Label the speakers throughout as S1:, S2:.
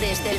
S1: Desde el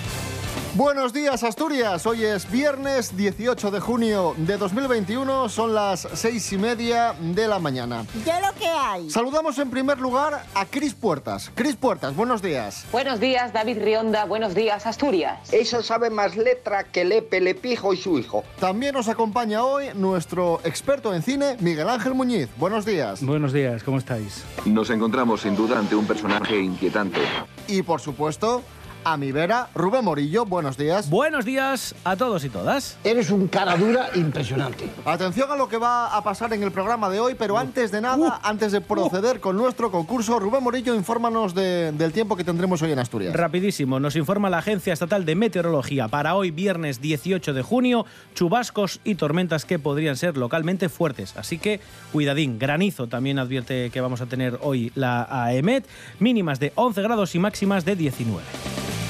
S2: Buenos días Asturias, hoy es viernes 18 de junio de 2021, son las seis y media de la mañana.
S3: Yo lo que hay.
S2: Saludamos en primer lugar a Cris Puertas. Cris Puertas, buenos días.
S4: Buenos días, David Rionda. Buenos días,
S5: Eh.
S4: Asturias.
S6: Esa sabe más letra que Lepe, Lepijo y su hijo.
S2: También nos acompaña hoy nuestro experto en cine, Miguel Ángel Muñiz. Buenos días.
S7: Buenos días, ¿cómo estáis?
S8: Nos encontramos sin duda ante un personaje inquietante.
S2: Y por supuesto, a mi vera, Rubén Morillo, buenos días.
S9: Buenos días a todos y todas.
S10: Eres un cara dura impresionante.
S2: Atención a lo que va a pasar en el programa de hoy, pero antes de nada, antes de proceder con nuestro concurso, Rubén Morillo, infórmanos de, del tiempo que tendremos hoy en Asturias.
S9: Rapidísimo, nos informa la Agencia Estatal de Meteorología. Para hoy, viernes 18 de junio, chubascos y tormentas que podrían ser localmente fuertes. Así que, cuidadín, granizo también advierte que vamos a tener hoy la E AEMET, mínimas de 11 grados y máximas de 19.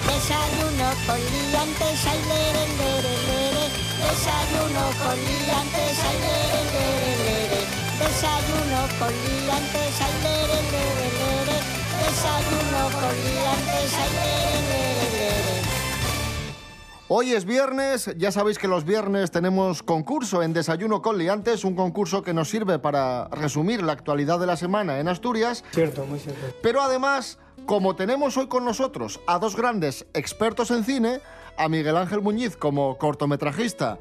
S3: Desayuno con liantes, ay, lere, lere, lere. Desayuno con liantes, ay, lere, lere, lere. Desayuno con liantes, ay, lere, lere, lere. Desayuno con liantes, ay, lere, lere, lere.
S2: Hoy es viernes, ya sabéis que los viernes tenemos concurso en Desayuno con Liantes, un concurso que nos sirve para resumir la actualidad de la semana en Asturias.
S11: Cierto, muy cierto.
S2: Pero además, como tenemos hoy con nosotros a dos grandes expertos en cine, a Miguel Ángel Muñiz como cortometrajista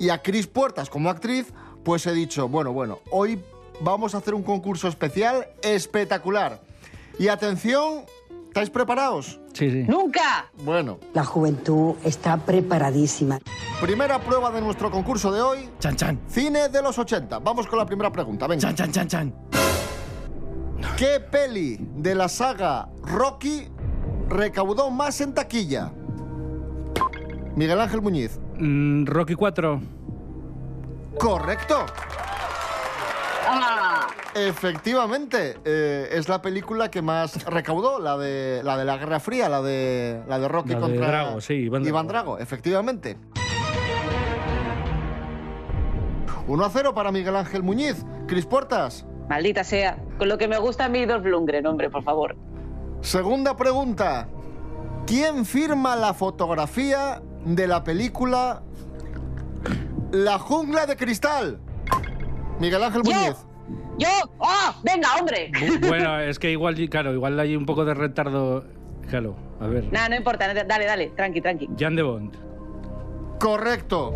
S2: y a Cris Puertas como actriz, pues he dicho, bueno, bueno, hoy vamos a hacer un concurso especial espectacular. Y atención, ¿estáis preparados?
S9: Sí, sí.
S4: ¡Nunca!
S2: Bueno,
S12: La juventud está preparadísima.
S2: primera prueba de nuestro concurso de hoy,
S9: Chan, chan.
S2: cine de los 80. Vamos con la primera pregunta, venga.
S9: Chan, chan, chan, chan.
S2: ¿Qué peli de la saga Rocky recaudó más en taquilla? Miguel Ángel Muñiz.
S7: Mm, Rocky 4.
S2: Correcto.
S4: Ah,
S2: Efectivamente, eh, es la película que más recaudó, la de la, de la Guerra Fría, la de, la de Rocky
S7: La de
S2: contra
S7: Drago, sí, Iván Drago.
S2: Drago, efectivamente. 1 a 0 para Miguel Ángel Muñiz. Cris Puertas,
S4: maldita sea. Con lo que me gusta a mí Dolph Lundgren, hombre, por favor.
S2: segunda pregunta. ¿Quién firma la fotografía de la película La jungla de cristal? Miguel Ángel
S4: Yo.
S2: Muñiz.
S4: Yo, ¡ah! venga, hombre.
S7: Bu- Bueno, es que igual, claro, igual hay un poco de retardo. Claro, a ver.
S4: Nada, no importa. nada, Dale, dale, tranqui, tranqui.
S7: Jan de Bond.
S2: Correcto.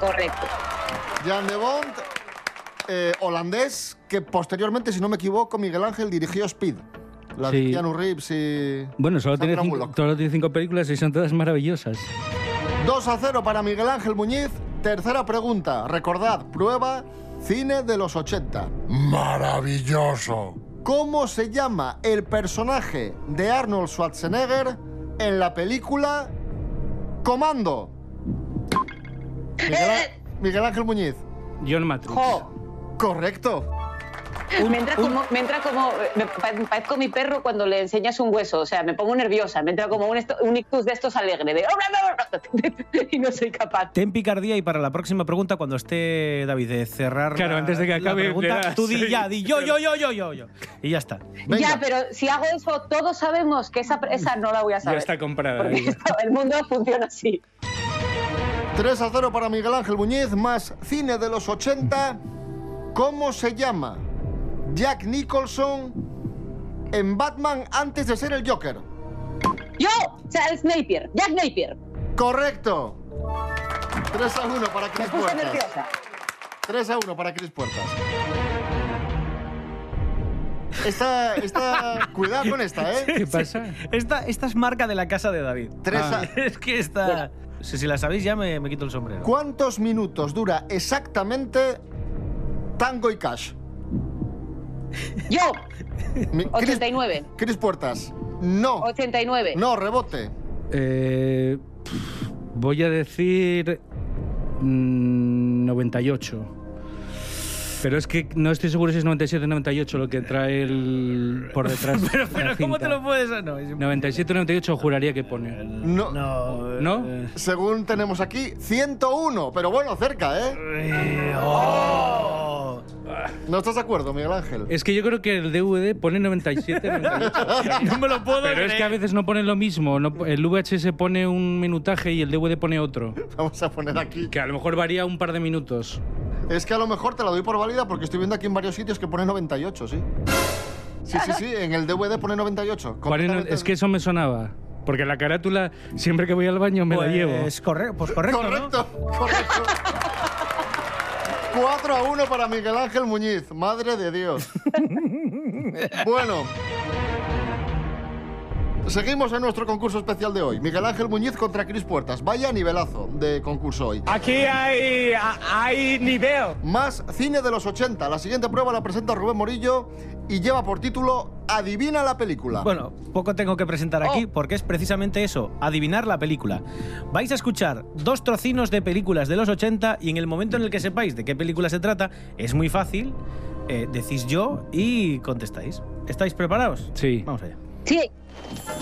S4: Correcto.
S2: Jan de Bond, eh, holandés, que posteriormente, si no me equivoco, Miguel Ángel dirigió Speed. La de
S7: Sí.
S2: Keanu Reeves y...
S7: Bueno, solo tiene,
S2: Sandra
S7: cinco,
S2: Bullock.
S7: solo tiene cinco películas y son todas maravillosas.
S2: 2 a 0 para Miguel Ángel Muñiz. Tercera pregunta. Recordad, prueba cine de los 80.
S13: Maravilloso.
S2: ¿Cómo se llama el personaje de Arnold Schwarzenegger en la película Comando? Miguel, Á- Miguel Ángel Muñiz.
S7: John Matrix.
S4: Jo.
S2: Correcto.
S4: me entra como, me entra como, eh, me pa- parezco mi perro cuando le enseñas un hueso, o sea, me pongo nerviosa, me entra como un, esto- un ictus de estos alegre, de y no soy capaz.
S9: Ten picardía y para la próxima pregunta, cuando esté David de cerrar.
S7: Claro,
S9: la-
S7: antes de que
S9: la
S7: acabe,
S9: pregunta,
S7: verás.
S9: tú di ya, di yo, yo, yo, yo, yo, yo. Y ya está.
S2: Venga.
S4: Ya, pero si hago eso, todos sabemos que esa, esa no la voy a
S7: Ya
S4: saber.
S7: está comprada.
S4: Porque
S7: ella.
S4: esto- el mundo funciona así.
S2: 3 a 0 para Miguel Ángel Muñiz, más cine de los 80. ¿Cómo se llama Jack Nicholson en Batman antes de ser el Joker?
S4: Yo, o sea, el Napier, Jack Napier.
S2: Correcto. 3 a 1 para
S4: Me
S2: Chris
S4: puse
S2: Puertas.
S4: nerviosa.
S2: 3 a 1 para Chris Puertas. Esta, esta, cuidado con esta, ¿eh?
S7: ¿Qué pasa?
S9: Esta, esta es marca de la casa de David. Ah.
S2: 3 a...
S9: Es que esta. Si, si la sabéis, ya me, me quito el sombrero.
S2: ¿Cuántos minutos dura exactamente Tango y Cash?
S4: Yo,
S2: Mi- Chris-
S4: 89.
S2: Chris Puertas. No.
S4: 89.
S2: No, rebote.
S7: Eh, pf, voy a decir mm, 98. Pero es que no estoy seguro si es 97 98 lo que trae el por detrás.
S9: pero, pero
S7: la
S9: ¿cómo
S7: cinta.
S9: te lo puedes...? No, es-
S7: 97 98 juraría que pone.
S2: No,
S9: no,
S7: ¿No?
S2: Según tenemos aquí, 101, pero bueno, cerca, ¿eh?
S9: oh.
S2: ¿No estás de acuerdo, Miguel Ángel?
S7: Es que yo creo que el DVD pone 97 98.
S9: no me lo puedo
S7: Pero es que a
S9: creer.
S7: veces no pone lo mismo. no- el VHS pone un minutaje y el DVD pone otro.
S2: Vamos a poner aquí.
S7: Que a lo mejor varía un par de minutos.
S2: Es que a lo mejor te la doy por válida porque estoy viendo aquí en varios sitios que pone 98, ¿sí? Sí, sí, sí, en el DVD pone 98.
S7: Cuál es-
S2: completamente-
S7: es que eso me sonaba. Porque la carátula, siempre que voy al baño me la llevo.
S9: Pues, corre- pues correcto, ¿no?
S2: Correcto, correcto. 4 a 1 para Miguel Ángel Muñiz, madre de Dios. bueno. Seguimos en nuestro concurso especial de hoy. Miguel Ángel Muñiz contra Cris Puertas. Vaya nivelazo de concurso hoy.
S11: Aquí hay, hay nivel.
S2: Más cine de los 80. La siguiente prueba la presenta Rubén Morillo y lleva por título Adivina la película.
S9: Bueno, poco tengo que presentar
S2: Oh.
S9: aquí porque es precisamente eso, adivinar la película. Vais a escuchar dos trocinos de películas de los 80 y en el momento en el que sepáis de qué película se trata, es muy fácil, eh, decís yo y contestáis. ¿Estáis preparados?
S7: Sí.
S9: Vamos allá.
S4: Sí.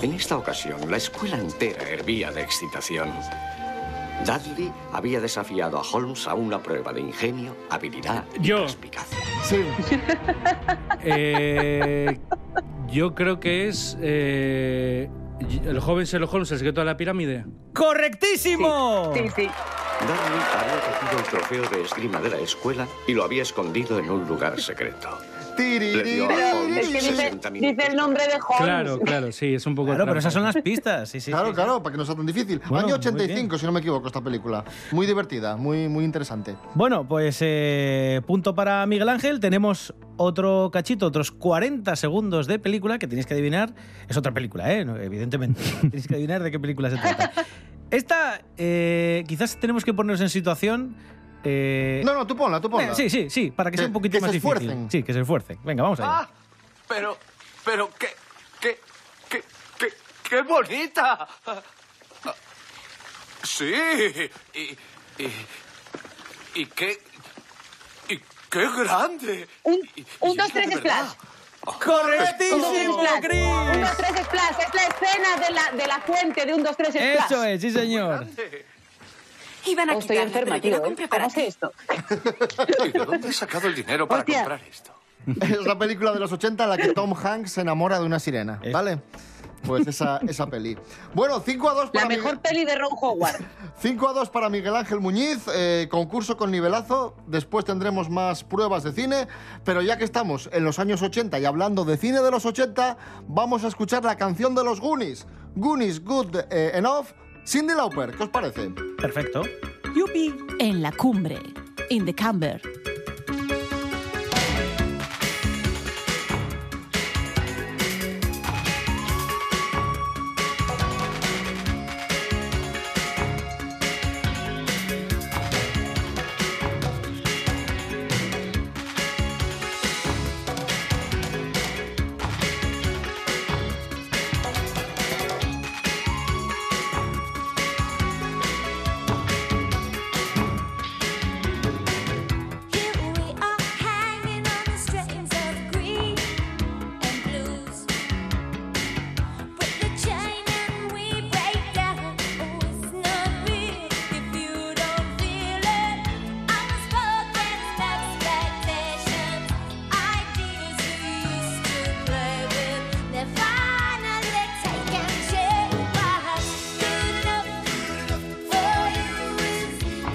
S5: En esta ocasión, la escuela entera hervía de excitación. Dudley había desafiado a Holmes a una prueba de ingenio, habilidad y
S7: Yo.
S5: perspicacia.
S2: Sí.
S7: Eh, yo creo que es. eh, el joven Sherlock Holmes, el secreto de la pirámide.
S9: ¡Correctísimo!
S4: Sí, sí.
S5: Dudley había cogido el trofeo de esgrima de la escuela y lo había escondido en un lugar secreto. Le dio a Holmes
S4: Es que dice,
S5: 60 minutos.
S4: dice el nombre de Holmes.
S7: Claro, claro, sí, es un poco.
S9: Claro,
S7: trampa.
S9: pero esas son las pistas. Sí, sí,
S2: Claro,
S9: sí.
S2: claro, para que no sea tan difícil.
S9: Bueno,
S2: Año
S9: muy bien.
S2: 85, si no me equivoco, esta película. Muy divertida, muy, muy interesante.
S9: Bueno, pues eh, punto para Miguel Ángel. Tenemos otro cachito, otros 40 segundos de película que tenéis que adivinar. Es otra película, ¿eh? No, evidentemente. tenéis que adivinar de qué película se trata. Esta, eh, quizás tenemos que ponernos en situación. eh,
S2: No, no, tú ponla, tú ponla.
S9: eh, sí, sí, sí, para que, sea
S2: Que-
S9: un poquito
S2: que se
S9: más difícil.
S2: esfuercen.
S9: Sí, que se esfuercen. Venga, vamos allá.
S11: Ah, pero, pero qué, qué, qué, qué, qué bonita. Ah, ah, Sí, y, y, y qué, y qué grande.
S4: Un,
S11: Y-
S4: un
S11: y
S4: dos,
S11: es de
S4: tres,
S11: verdad.
S4: splash. Un, dos, tres,
S9: ¡Correctísimo,
S4: splash. Un,
S9: Chris!
S4: dos, tres, splash. Es la escena de la, de la fuente de un, dos, tres, splash.
S9: Eso es, sí, señor.
S14: Iban a
S4: Oh, estoy
S14: quitarla,
S4: enferma,
S14: pero
S4: tío.
S14: yo
S4: ¿eh?
S14: la compré para
S4: ¿Cómo sé esto?
S11: ¿Y de dónde he sacado el dinero para
S4: Hostia.
S11: comprar esto?
S2: Es la película de los 80 en la que Tom Hanks se enamora de una sirena,
S9: Eh.
S2: ¿vale? Pues esa, esa peli. Bueno, 5 a 2
S4: La
S2: para, Miguel-
S4: mejor peli de Ron Howard.
S2: 5 a 2 para Miguel Ángel Muñiz, eh, concurso con nivelazo, después tendremos más pruebas de cine, pero ya que estamos en los años 80 y hablando de cine de los 80, vamos a escuchar la canción de los Goonies, Goonies Good eh, Enough, Cindy Lauper, ¿qué os parece?
S9: Perfecto.
S14: ¡Yupi! En la cumbre, in the camber.
S15: Here we are hanging on the strings of green and blues. With the chain and we break down. Oh, it's not real if you don't feel it. Our spoken expectations, ideas you used to play with, they're finally taking shape. Good enough for you is good enough.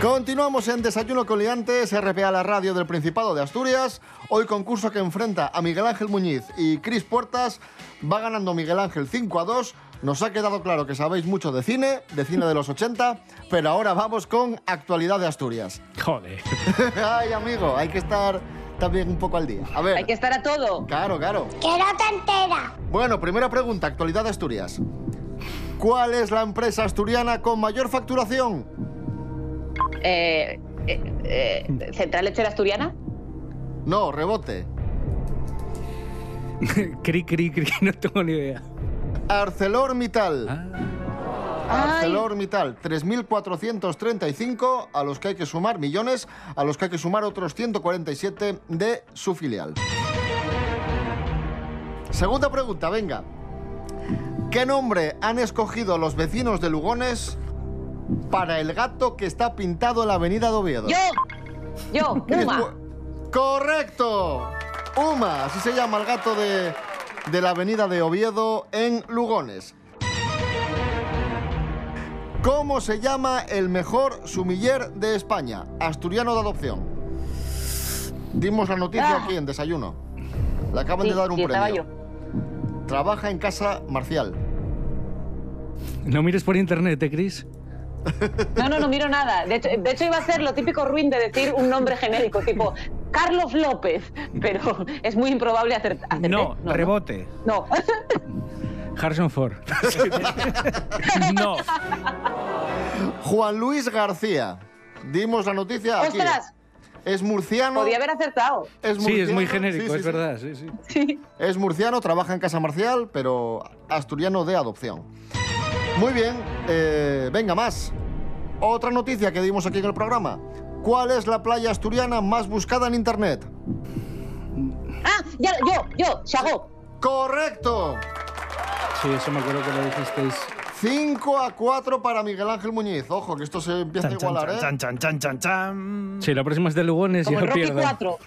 S2: Continuamos en Desayuno con Liantes, RPA la radio del Principado de Asturias. Hoy concurso que enfrenta a Miguel Ángel Muñiz y Cris Puertas. Va ganando Miguel Ángel 5 a 2. Nos ha quedado claro que sabéis mucho de cine, de cine de los 80, pero ahora vamos con actualidad de Asturias.
S7: Joder.
S2: Ay, amigo, hay que estar también un poco al día. A ver.
S4: Hay que estar a todo.
S2: Claro, claro.
S3: Que no te entera.
S2: Bueno, primera pregunta, actualidad de Asturias. ¿Cuál es la empresa asturiana con mayor facturación?
S4: Eh, eh, eh, ¿Central Lechera Asturiana?
S2: No, rebote.
S7: cri, cri, cri, no tengo ni idea.
S2: ArcelorMittal. ArcelorMittal, 3.435 a los que hay que sumar millones, a los que hay que sumar otros 147 de su filial. Segunda pregunta, venga. ¿Qué nombre han escogido los vecinos de Lugones para el gato que está pintado en la avenida de Oviedo?
S4: Yo, yo, Puma.
S2: ¡Correcto! Uma, así se llama el gato de, de la avenida de Oviedo en Lugones. ¿Cómo se llama el mejor sumiller de España? Asturiano de adopción. Dimos la noticia
S4: Ah.
S2: aquí en desayuno. Le acaban
S4: Sí,
S2: de dar un
S4: sí,
S2: premio.
S4: estaba
S2: Trabaja en casa marcial.
S7: No mires por internet, ¿eh, Chris?
S4: No, no, no miro nada. De hecho, de hecho, iba a ser lo típico ruin de decir un nombre genérico, tipo Carlos López, pero es muy improbable acertar.
S9: No, rebote.
S4: No.
S7: Harrison Ford.
S9: no.
S2: Juan Luis García. Dimos la noticia aquí.
S4: ¡Ostras!
S2: Es murciano.
S4: Podía haber acertado.
S2: Es
S7: Sí, es muy
S2: murciano,
S7: genérico,
S2: sí, sí,
S7: es
S2: sí.
S7: verdad, sí, sí.
S2: Es murciano, trabaja en casa marcial, pero asturiano de adopción. Muy bien, eh, venga más. Otra noticia que dimos aquí en el programa. ¿Cuál es la playa asturiana más buscada en Internet?
S4: Ah, ya, yo, yo, Chago.
S2: Correcto.
S7: Sí, eso me acuerdo que lo dijisteis.
S2: 5 a 4 para Miguel Ángel Muñiz. Ojo, que esto se empieza a igualar, ¿eh?
S9: Chan, chan, chan, chan, chan.
S7: Sí, la próxima es de Lugones y
S4: Como el
S7: ya
S4: Rocky
S7: pierdo.
S4: 4.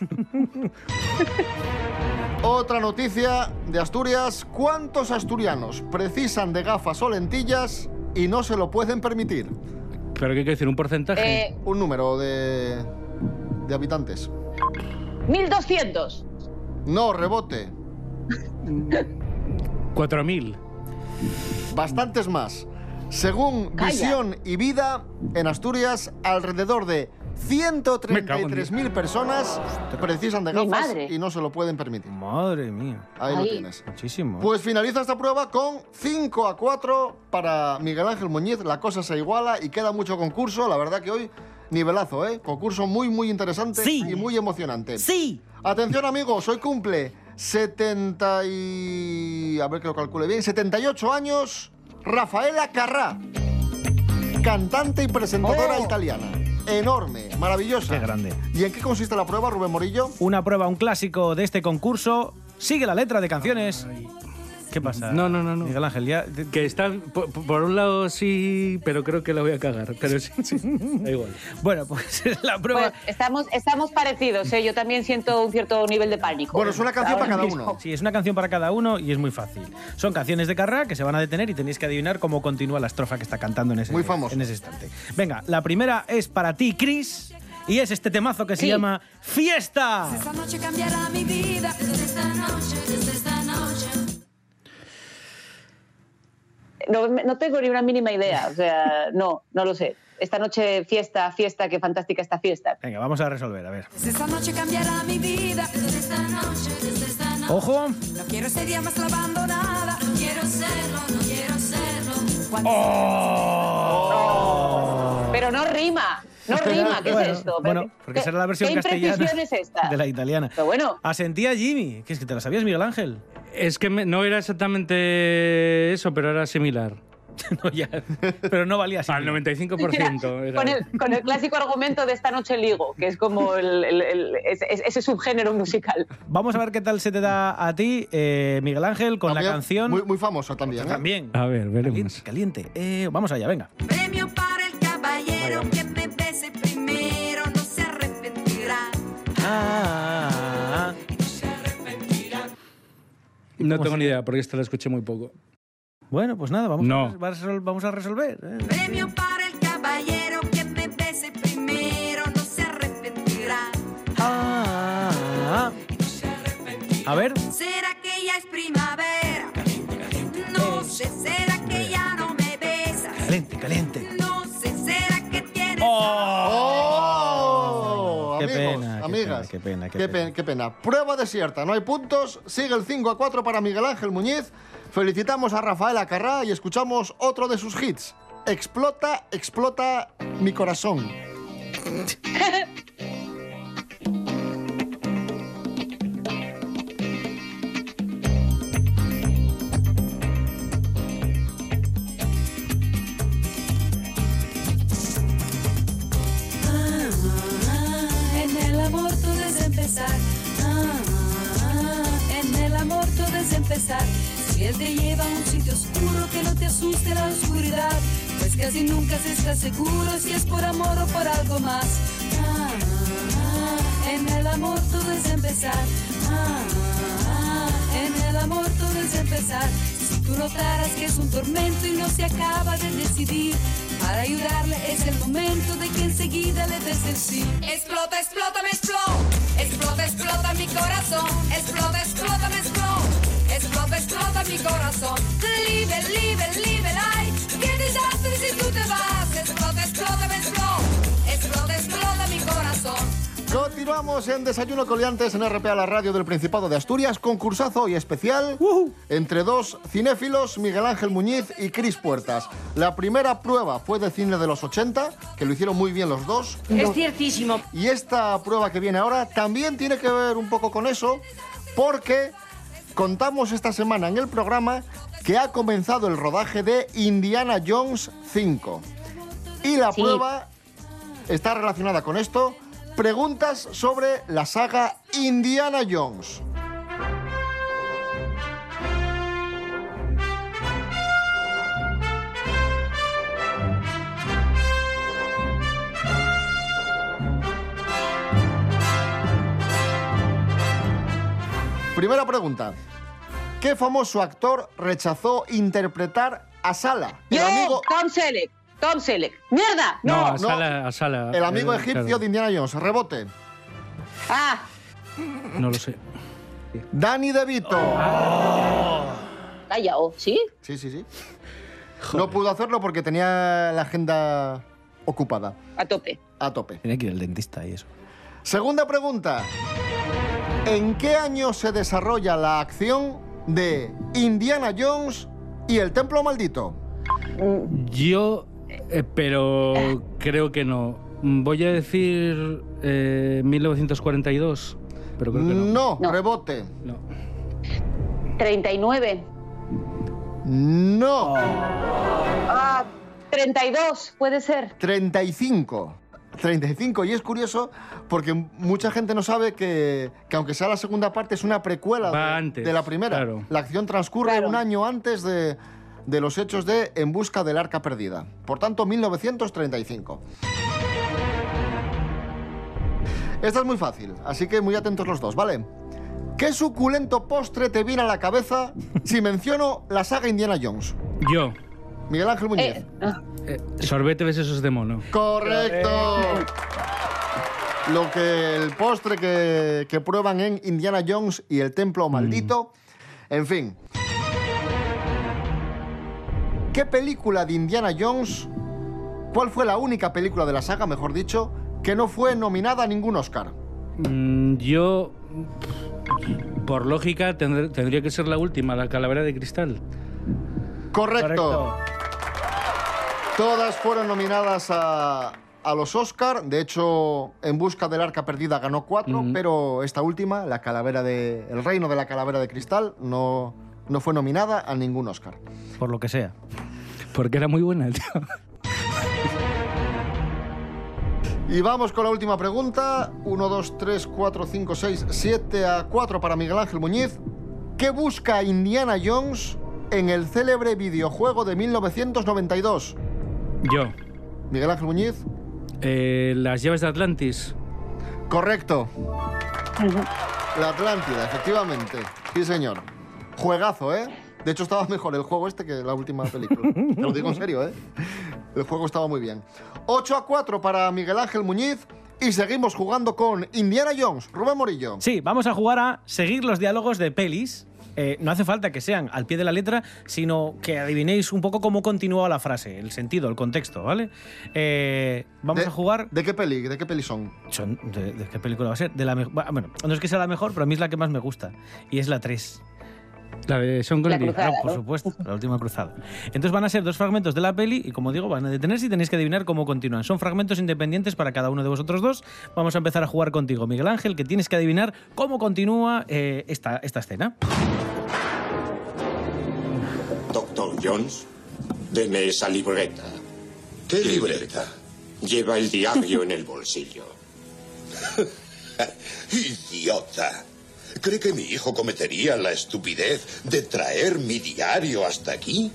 S2: Otra noticia de Asturias. ¿Cuántos asturianos precisan de gafas o lentillas y no se lo pueden permitir?
S7: ¿Pero qué quiere decir? ¿Un porcentaje?
S4: Eh,
S2: Un número de, de habitantes.
S4: 1200.
S2: No, rebote.
S7: 4.000.
S2: Bastantes más. Según
S4: Calla.
S2: Visión y Vida, en Asturias, alrededor de
S7: Me
S2: 133.000 personas precisan de
S4: Mi
S2: gafas
S4: madre.
S2: y no se lo pueden permitir.
S9: Madre mía.
S2: Ahí lo
S4: Ahí.
S2: tienes.
S9: Muchísimo. ¿eh?
S2: Pues finaliza esta prueba con 5 a 4 para Miguel Ángel Muñiz. La cosa se iguala y queda mucho concurso. La verdad que hoy, nivelazo, ¿eh? Concurso muy, muy interesante
S9: Sí.
S2: y muy emocionante.
S9: Sí.
S2: Atención, amigos, hoy cumple 70 y... A ver que lo calcule bien. 78 años, Rafaela Carrà. Cantante y presentadora
S4: Oh.
S2: italiana. Enorme, maravillosa.
S9: Qué grande.
S2: ¿Y en qué consiste la prueba, Rubén Morillo?
S9: Una prueba, un clásico de este concurso. Sigue la letra de canciones. ¿Qué pasa?
S7: No, no, no, no.
S9: Miguel Ángel, ya. te-
S7: Que está, por, por un lado sí, pero creo que la voy a cagar. Pero sí, sí, da igual.
S9: Bueno, pues es la prueba.
S4: Pues estamos, estamos parecidos, ¿eh? Yo también siento un cierto nivel de pánico.
S2: Bueno, es una canción
S4: Ahora
S2: para cada
S4: mismo.
S2: uno.
S9: Sí, es una canción para cada uno y es muy fácil. Son canciones de Carrá que se van a detener y tenéis que adivinar cómo continúa la estrofa que está cantando en ese,
S2: Muy famoso.
S9: en ese instante. Venga, la primera es para ti, Chris, y es este temazo que se
S4: Sí.
S9: llama Fiesta.
S15: Esta noche cambiará mi vida, desde esta noche, desde esta noche.
S4: No, no tengo ni una mínima idea, o sea, no, no lo sé. Esta noche fiesta, fiesta, qué fantástica esta fiesta.
S9: Venga, vamos a resolver, a ver.
S15: Desde esta noche cambiará mi vida, desde esta noche, desde esta noche.
S9: Ojo.
S15: No quiero ese día más la abandonada, no quiero serlo, no quiero serlo. Cuando
S4: Pero no rima, no rima, ¿qué
S9: Oh. Bueno,
S4: es esto?
S9: Bueno, porque
S4: ¿Qué-
S9: será la versión
S4: ¿Qué
S9: castellana
S4: imprecisión es esta?
S9: de la italiana.
S4: Pero bueno.
S9: Asentía Jimmy, que es que te la sabías, Miguel Ángel.
S7: Es que me- no era exactamente eso, pero era similar.
S9: no, ya. Pero no valía así.
S7: Al 95% era.
S4: Con el, con el clásico argumento de esta noche ligo, que es como el- el- el- ese, ese subgénero musical.
S9: Vamos a ver qué tal se te da a ti, eh, Miguel Ángel, con la
S2: También
S9: canción. Pues
S2: Muy, muy famosa también. ¿eh?
S9: También.
S7: A ver, veremos.
S9: Caliente. Eh, vamos allá, venga.
S15: premio para el caballero que me bese primero, no se arrepentirá.
S9: Ah.
S7: No
S9: ¿Cómo
S7: tengo
S9: se-
S7: ni idea, porque esta la escuché muy poco.
S9: Bueno, pues nada, vamos,
S7: No.
S9: a, resol- vamos a resolver. eh.
S15: Premio para el caballero que me bese primero, no se arrepentirá.
S9: Ah. A ver,
S15: ¿Será que ya es primavera? No sé, ¿será que ya no me besas?
S9: caliente, caliente.
S15: No sé, ¿será que tienes
S2: ¡Oh!
S9: Qué
S2: amigos,
S9: pena, qué
S2: amigas.
S9: pena, qué pena, qué
S2: Qué
S9: pena.
S2: qué pena. Prueba desierta, no hay puntos. Sigue el 5 a 4 para Miguel Ángel Muñiz. Felicitamos a Rafael Acarrá y escuchamos otro de sus hits. Explota, explota mi corazón.
S16: Ah, Ah, Él te lleva a un sitio oscuro que no te asuste la oscuridad, pues casi nunca se está seguro si es por amor o por algo más. Ah, ah, ah, en el amor todo es empezar. Ah, ah, ah, en el amor todo es empezar. Si tú notaras que es un tormento y no se acaba de decidir, para ayudarle es el momento de que enseguida le des el sí. Explota, explota, me explota. Explota, explota mi corazón. Explota, explota, me explota. Explota, explota mi corazón. Live, live, live life. Qué desastre si tú te vas. Explota, explota, me explota. Explota, explota mi corazón.
S2: Continuamos en Desayuno Coliantes en RPA, la radio del Principado de Asturias, concursazo y especial entre dos cinéfilos, Miguel Ángel Muñiz y Cris Puertas. La primera prueba fue de cine de los 80, que lo hicieron muy bien los dos.
S17: Es ciertísimo.
S2: Y esta prueba que viene ahora también tiene que ver un poco con eso, porque contamos esta semana en el programa que ha comenzado el rodaje de Indiana Jones 5. Y la prueba está relacionada con esto. Preguntas sobre la saga Indiana Jones. Primera pregunta. ¿Qué famoso actor rechazó interpretar a Sala?
S4: Yo, Tom Selleck. Tom Selleck. ¡Mierda!
S7: No, a sala, a sala.
S2: El amigo
S7: Eh,
S2: egipcio
S7: claro.
S2: de Indiana Jones. Rebote.
S4: Ah,
S7: No lo sé.
S2: Danny DeVito.
S4: calla, oh, ¿sí?
S2: Sí, sí, sí. No pudo hacerlo porque tenía la agenda ocupada.
S4: A tope.
S2: A tope.
S9: Tiene que ir al dentista y eso.
S2: Segunda pregunta. ¿En qué año se desarrolla la acción de Indiana Jones y el Templo Maldito?
S7: Yo, eh, pero creo que no. Voy a decir eh, 1942, pero creo que no.
S2: No, rebote.
S4: 39.
S2: No.
S4: Ah, 32, puede ser.
S2: 35. 35. Y es curioso porque mucha gente no sabe que, que aunque sea la segunda parte, es una precuela de, de la primera. La acción transcurre un año antes de, de los hechos de En busca del arca perdida. Por tanto, 1935. Esta es muy fácil, así que muy atentos los dos, ¿vale? ¿Qué suculento postre te viene a la cabeza si menciono la saga Indiana Jones?
S7: Yo.
S2: Miguel Ángel Muñiz.
S7: Eh, sorbete ves esos de mono.
S2: Correcto. Lo que el postre que, que prueban en Indiana Jones y el templo maldito. En fin. ¿Qué película de Indiana Jones? ¿Cuál fue la única película de la saga, mejor dicho, que no fue nominada a ningún Oscar?
S7: Mm, Yo, por lógica, tendr- tendría que ser la última, la calavera de cristal.
S2: Correcto. Todas fueron nominadas a, a los Oscar. De hecho, En Busca del Arca Perdida ganó cuatro, pero esta última, la calavera de, El Reino de la Calavera de Cristal, no, no fue nominada a ningún Oscar.
S9: Por lo que sea.
S7: Porque era muy buena, tío.
S2: Y vamos con la última pregunta. 1, 2, 3, 4, 5, 6, 7 a 4 para Miguel Ángel Muñiz. ¿Qué busca Indiana Jones en el célebre videojuego de 1992?
S7: Yo.
S2: Miguel Ángel Muñiz.
S7: Eh, las llaves de Atlantis.
S2: Correcto. La Atlántida, efectivamente. Sí, señor. Juegazo, ¿eh? De hecho, estaba mejor el juego este que la última película. Te lo digo en serio, ¿eh? El juego estaba muy bien. 8 a 4 para Miguel Ángel Muñiz y seguimos jugando con Indiana Jones, Rubén Morillo.
S9: Sí, vamos a jugar a seguir los diálogos de pelis. Eh, no hace falta que sean al pie de la letra, sino que adivinéis un poco cómo continúa la frase, el sentido, el contexto, ¿vale? Eh, vamos a jugar.
S2: ¿De qué peli? ¿De qué peli son?
S9: de, de qué película va a ser? De la me- bueno, no es que sea la mejor, pero a mí es la que más me gusta. Y es la 3.
S7: La de Sean
S9: Claro,
S7: Connery.
S9: por supuesto, la última cruzada. Entonces van a ser dos fragmentos de la peli y como digo, van a detenerse y tenéis que adivinar cómo continúan. Son fragmentos independientes para cada uno de vosotros dos. Vamos a empezar a jugar contigo, Miguel Ángel, que tienes que adivinar cómo continúa eh, esta, esta escena.
S18: Doctor Jones, deme esa libreta. ¿Qué libreta? Lleva el diario en el bolsillo. Idiota. ¿Cree que mi hijo cometería la estupidez de traer mi diario hasta aquí?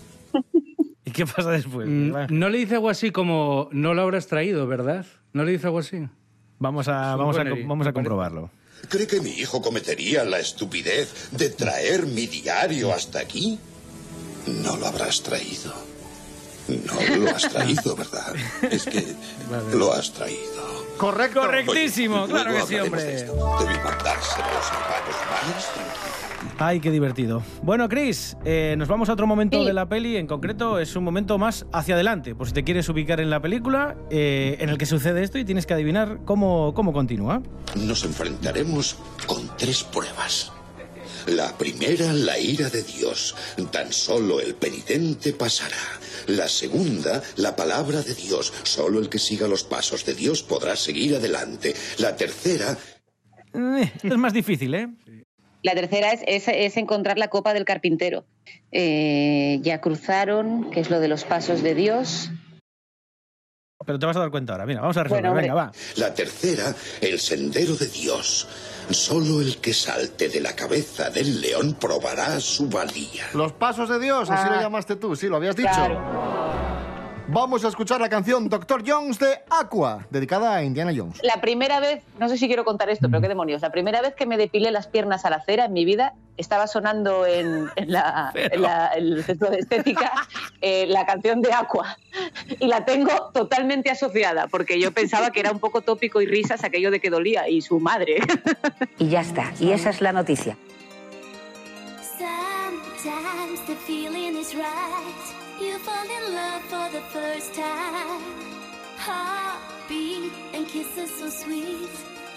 S9: ¿Y qué pasa
S7: Mm,
S9: después?
S7: No le dice algo así como, no lo habrás traído, ¿verdad? No le dice algo así.
S9: Vamos a,
S7: Sí,
S9: vamos a,
S7: bueno,
S9: co-
S7: y-
S9: vamos
S7: me
S9: a
S7: parece.
S9: comprobarlo.
S18: ¿Cree que mi hijo cometería la estupidez de traer mi diario hasta aquí? No lo habrás traído. No lo has traído, ¿verdad? Es que lo has traído.
S2: Correcto.
S9: Correctísimo,
S18: Oye,
S9: claro que
S18: luego
S9: sí,
S18: hablaremos
S9: hombre.
S18: de esto. Debí mandárselo a los hermanos más.
S9: Ay, qué divertido. Bueno, Chris, eh, nos vamos a otro momento de la peli. En concreto, es un momento más hacia adelante. Por si te quieres ubicar en la película, eh, en el que sucede esto y tienes que adivinar cómo, cómo continúa.
S18: Nos enfrentaremos con tres pruebas. La primera, la ira de Dios. Tan solo el penitente pasará. La segunda, la palabra de Dios. Solo el que siga los pasos de Dios podrá seguir adelante. La tercera,
S9: Eh, es más difícil, ¿eh?
S4: La tercera es, es- es encontrar la copa del carpintero. Eh, ya cruzaron, que es lo de los pasos de Dios.
S9: Pero te vas a dar cuenta ahora. Mira, vamos a resolver.
S4: hombre.
S9: Venga, va.
S18: la tercera, el sendero de Dios. Solo el que salte de la cabeza del león probará su valía.
S2: Los pasos de Dios, así
S18: Ah.
S2: lo llamaste tú, sí, lo habías dicho. Vamos a escuchar la canción Doctor Jones de Aqua, dedicada a Indiana Jones.
S4: La primera vez, no sé si quiero contar esto, pero qué demonios, la primera vez que me depilé las piernas a la cera en mi vida, estaba sonando en, en la, en la- en el centro de estética eh, la canción de Aqua. Y la tengo totalmente asociada, porque yo pensaba que era un poco tópico y risas aquello de que dolía y su madre.
S12: Y ya está. Y esa es la noticia.
S15: Sometimes the feeling is right. You fall in love for the first time. Heartbeat and kisses so sweet.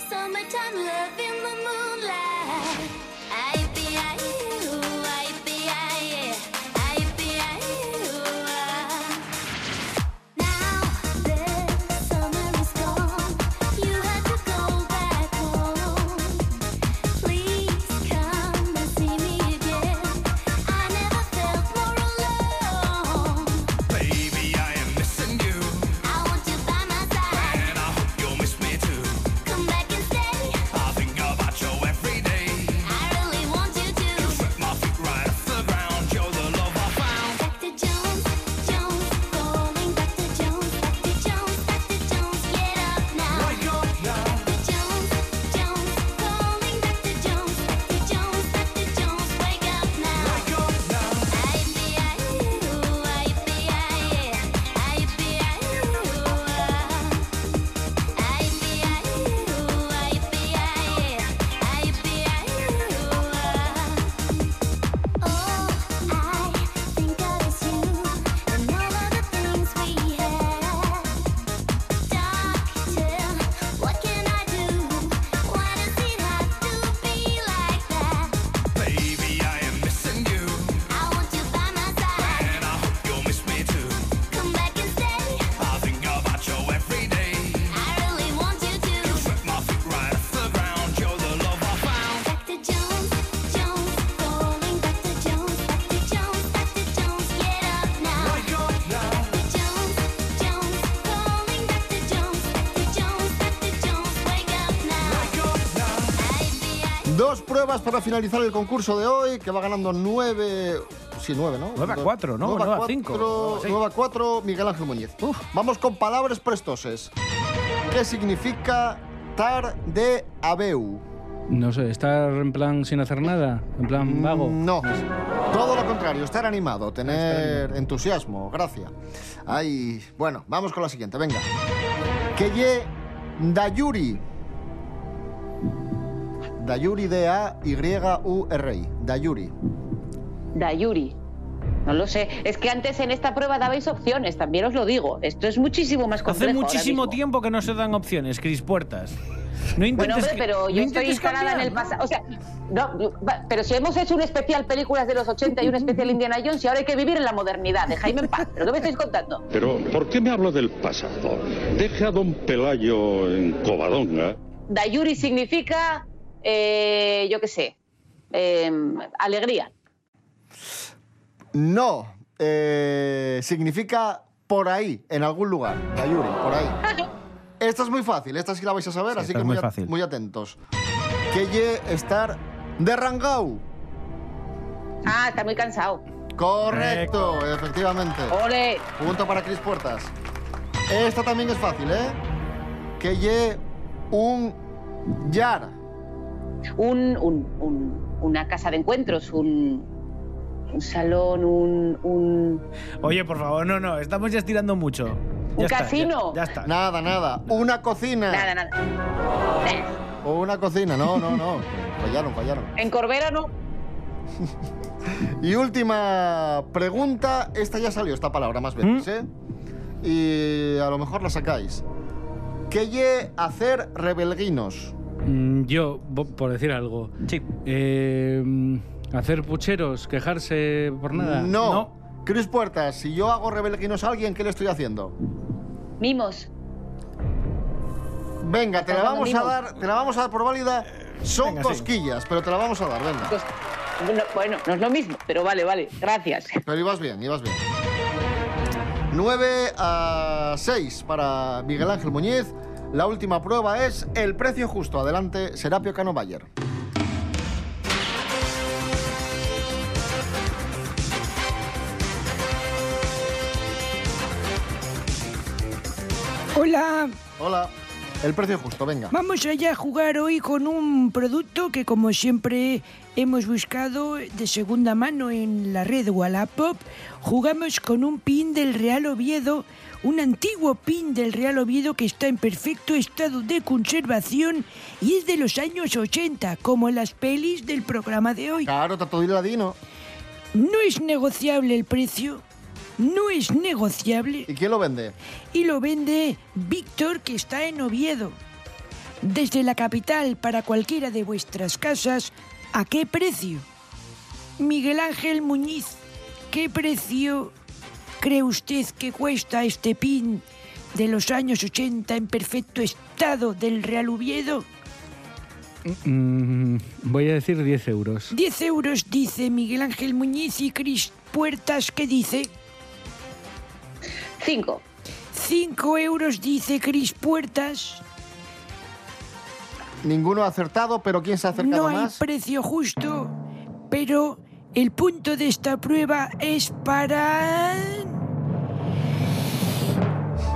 S15: Summertime love in the moonlight. I be I you, I be I, yeah. I be I you. Now the summer is gone. You have to go back home. Please come and see me again. I never felt more alone.
S11: Baby, I am missing you,
S15: I want you by my side.
S11: and I hope you'll miss me too.
S15: Come back and stay.
S11: I think about you every day.
S15: I really want you to.
S11: Sweat my feet right off the ground. You're the love I found.
S15: Back to Jones, Jones, going back to Jones, back to Jones, back to Jones. Get up now. Wake up now. Back to Jones, Jones, going back to Jones, back to Jones, back to Jones. Wake up now. Wake up now. I be I you, I be I, yeah. I be I you.
S11: Baby, I am missing you, and I hope you'll miss me too. I think about you every day. Sweat my feet right off the ground. You're the love I found.
S2: Dos pruebas para finalizar el concurso de hoy, que va ganando nueve... Sí, nueve, ¿no?
S9: Nueve a cuatro, ¿no?
S2: Nueve a
S9: Nueve a
S2: cuatro,
S9: cinco, nueve a seis.
S2: nueve a cuatro, Miguel Ángel Muñiz. Vamos con palabras prestoses. ¿Qué significa tar de abeu?
S7: No sé, estar en plan sin hacer nada, en plan vago.
S2: Mm, No. Todo lo contrario, estar animado, tener entusiasmo, gracia. Ay, bueno, vamos con la siguiente, venga. Keye Dayuri. Dayuri D-A-Y-U-R-I. Dayuri.
S4: Dayuri. No lo sé. Es que antes en esta prueba dabais opciones, también os lo digo. Esto es muchísimo más complejo.
S9: Hace
S4: ahora
S9: muchísimo
S4: mismo.
S9: tiempo que no se dan opciones, Chris Puertas. No
S4: Bueno,
S9: intentes,
S4: hombre, pero
S9: no
S4: yo estoy
S9: intentes
S4: instalada en
S9: cambiar.
S4: el pasado. O sea, no, va- pero si hemos hecho un especial películas de los 80 y un especial Indiana Jones, y ahora hay que vivir en la modernidad. Dejadme en paz. ¿Pero qué me estáis contando?
S17: Pero, ¿por qué me hablo del pasado? Deje a don Pelayo en Covadonga.
S4: Dayuri significa, eh, yo qué sé, eh, alegría.
S2: No. eh, significa por ahí, en algún lugar. Dayuri, por ahí. Esta es muy fácil, esta sí la vais a saber, así
S9: esta
S2: que
S9: es
S2: muy,
S9: muy
S2: at-
S9: fácil.
S2: muy atentos. Keye estar de Rangau.
S4: Ah, está muy cansado.
S2: Correcto, efectivamente.
S4: ¡Ole!
S2: Punto para Cris Puertas. Esta también es fácil, ¿eh? Que lle un yar.
S4: Un, un, un- una casa de encuentros, un, un salón, un, un-
S9: Oye, por favor, no, no, estamos ya estirando mucho.
S4: Un
S9: Ya está,
S4: casino.
S9: ya- ya está.
S2: Nada, nada. Una cocina.
S4: Nada, nada. Eh,
S2: O una cocina. No, no, no. Fallaron, fallaron.
S4: En Corbera no.
S2: Y última pregunta. Esta ya salió, esta palabra más veces, ¿eh? Y a lo mejor la sacáis. ¿Qué lle hacer rebelguinos?
S7: Mm, Yo, bo- por decir algo. Eh,
S9: Sí.
S7: hacer pucheros, quejarse por nada.
S2: No. Cris Puertas, si yo hago rebelguinos a alguien, ¿qué le estoy haciendo?
S4: Mimos.
S2: Venga, te la
S4: Estás dando
S2: vamos a
S4: mimos.
S2: dar, te la vamos a dar por válida. Son
S4: Venga, sí.
S2: cosquillas, pero te la vamos a dar, venga.
S4: Pues, bueno, bueno, no es lo mismo, pero vale, vale. Gracias.
S2: Pero ibas bien, ibas bien. 9 a 6 para Miguel Ángel Muñiz. La última prueba es el precio justo. Adelante, Serapio Cano Bayer.
S19: Hola,
S2: Hola. El precio justo, venga.
S19: vamos allá a jugar hoy con un producto que como siempre hemos buscado de segunda mano en la red Wallapop. Jugamos con un pin del Real Oviedo, un antiguo pin del Real Oviedo que está en perfecto estado de conservación y es de los años 80, como en las pelis del programa de hoy.
S2: Claro, Tato Ladino.
S19: No es negociable el precio, no es negociable.
S2: ¿Y quién lo vende?
S19: y lo vende Víctor que está en Oviedo. Desde la capital para cualquiera de vuestras casas, ¿a qué precio? Miguel Ángel Muñiz, ¿qué precio cree usted que cuesta este pin de los años 80 en perfecto estado del Real Oviedo?
S7: Mm, voy a decir 10 euros.
S19: 10 euros dice Miguel Ángel Muñiz y Cris Puertas, ¿qué dice?
S4: 5.
S19: 5 euros dice Cris Puertas.
S2: Ninguno ha acertado, pero ¿quién se ha acercado
S19: No hay
S2: más?
S19: precio justo, pero el punto de esta prueba es para...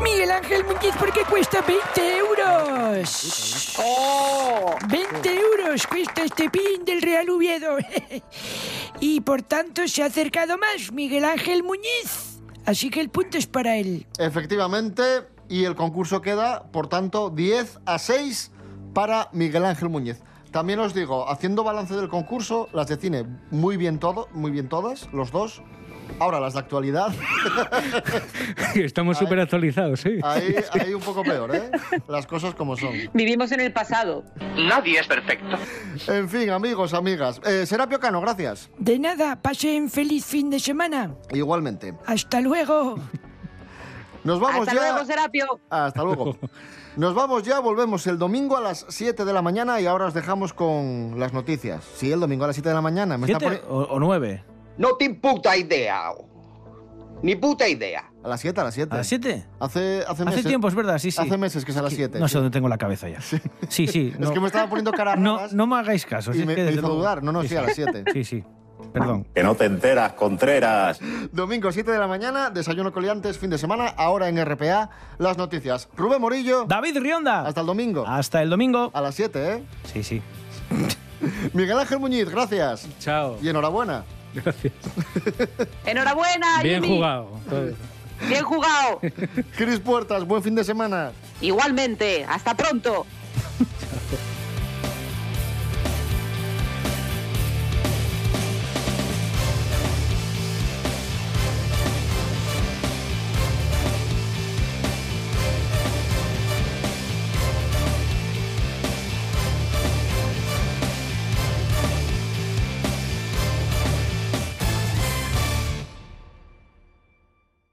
S19: Miguel Ángel Muñiz, porque cuesta 20 euros. 20 euros cuesta este pin del Real Oviedo. y por tanto se ha acercado más Miguel Ángel Muñiz. Así que el punto es para él.
S2: Efectivamente, y el concurso queda, por tanto, 10 a 6 para Miguel Ángel Muñiz. También os digo, haciendo balance del concurso, las de cine muy bien todo, muy bien todas, los dos. Ahora las de actualidad.
S7: Estamos súper actualizados, sí.
S2: Ahí, ahí un poco peor, ¿eh? Las cosas como son.
S4: Vivimos en el pasado.
S11: Nadie es perfecto.
S2: En fin, amigos, amigas. Eh, Serapio Cano, gracias.
S19: De nada, pasen feliz fin de semana.
S2: Igualmente.
S19: Hasta luego.
S2: Nos vamos
S4: Hasta
S2: ya.
S4: luego, Serapio.
S2: Hasta luego. Nos vamos ya, volvemos el domingo a las 7 de la mañana y ahora os dejamos con las noticias. Sí, el domingo a las 7 de la mañana. Me está
S9: ¿Siete
S2: poni-
S9: o, o nueve?
S6: No tiene puta idea. Ni puta idea.
S2: A las 7, a las 7.
S9: ¿A las siete?
S2: Hace, hace
S9: Hace
S2: meses.
S9: tiempo, es verdad, sí, sí.
S2: Hace meses que es a las 7.
S9: No sé dónde tengo la cabeza ya. Sí, sí. no.
S2: Es que me estaba poniendo cara
S9: No,
S2: raras.
S9: no me hagáis caso.
S2: Y
S9: si es
S2: me-
S9: que
S2: me
S9: desde
S2: hizo
S9: luego-
S2: dudar. No, no, sí, a las siete.
S9: Sí, sí. Perdón.
S20: Que no te enteras, Contreras.
S2: Domingo 7 de la mañana, desayuno coliantes, fin de semana, ahora en RPA, las noticias. Rubén Morillo.
S9: David Rionda.
S2: Hasta el domingo.
S9: Hasta el domingo.
S2: A las 7, ¿eh?
S9: Sí, sí.
S2: Miguel Ángel Muñiz, gracias.
S7: Chao.
S2: Y enhorabuena.
S4: Enhorabuena,
S7: Bien
S4: Jimmy.
S7: jugado.
S4: Bien jugado.
S2: Cris Puertas, buen fin de semana.
S4: Igualmente. Hasta pronto.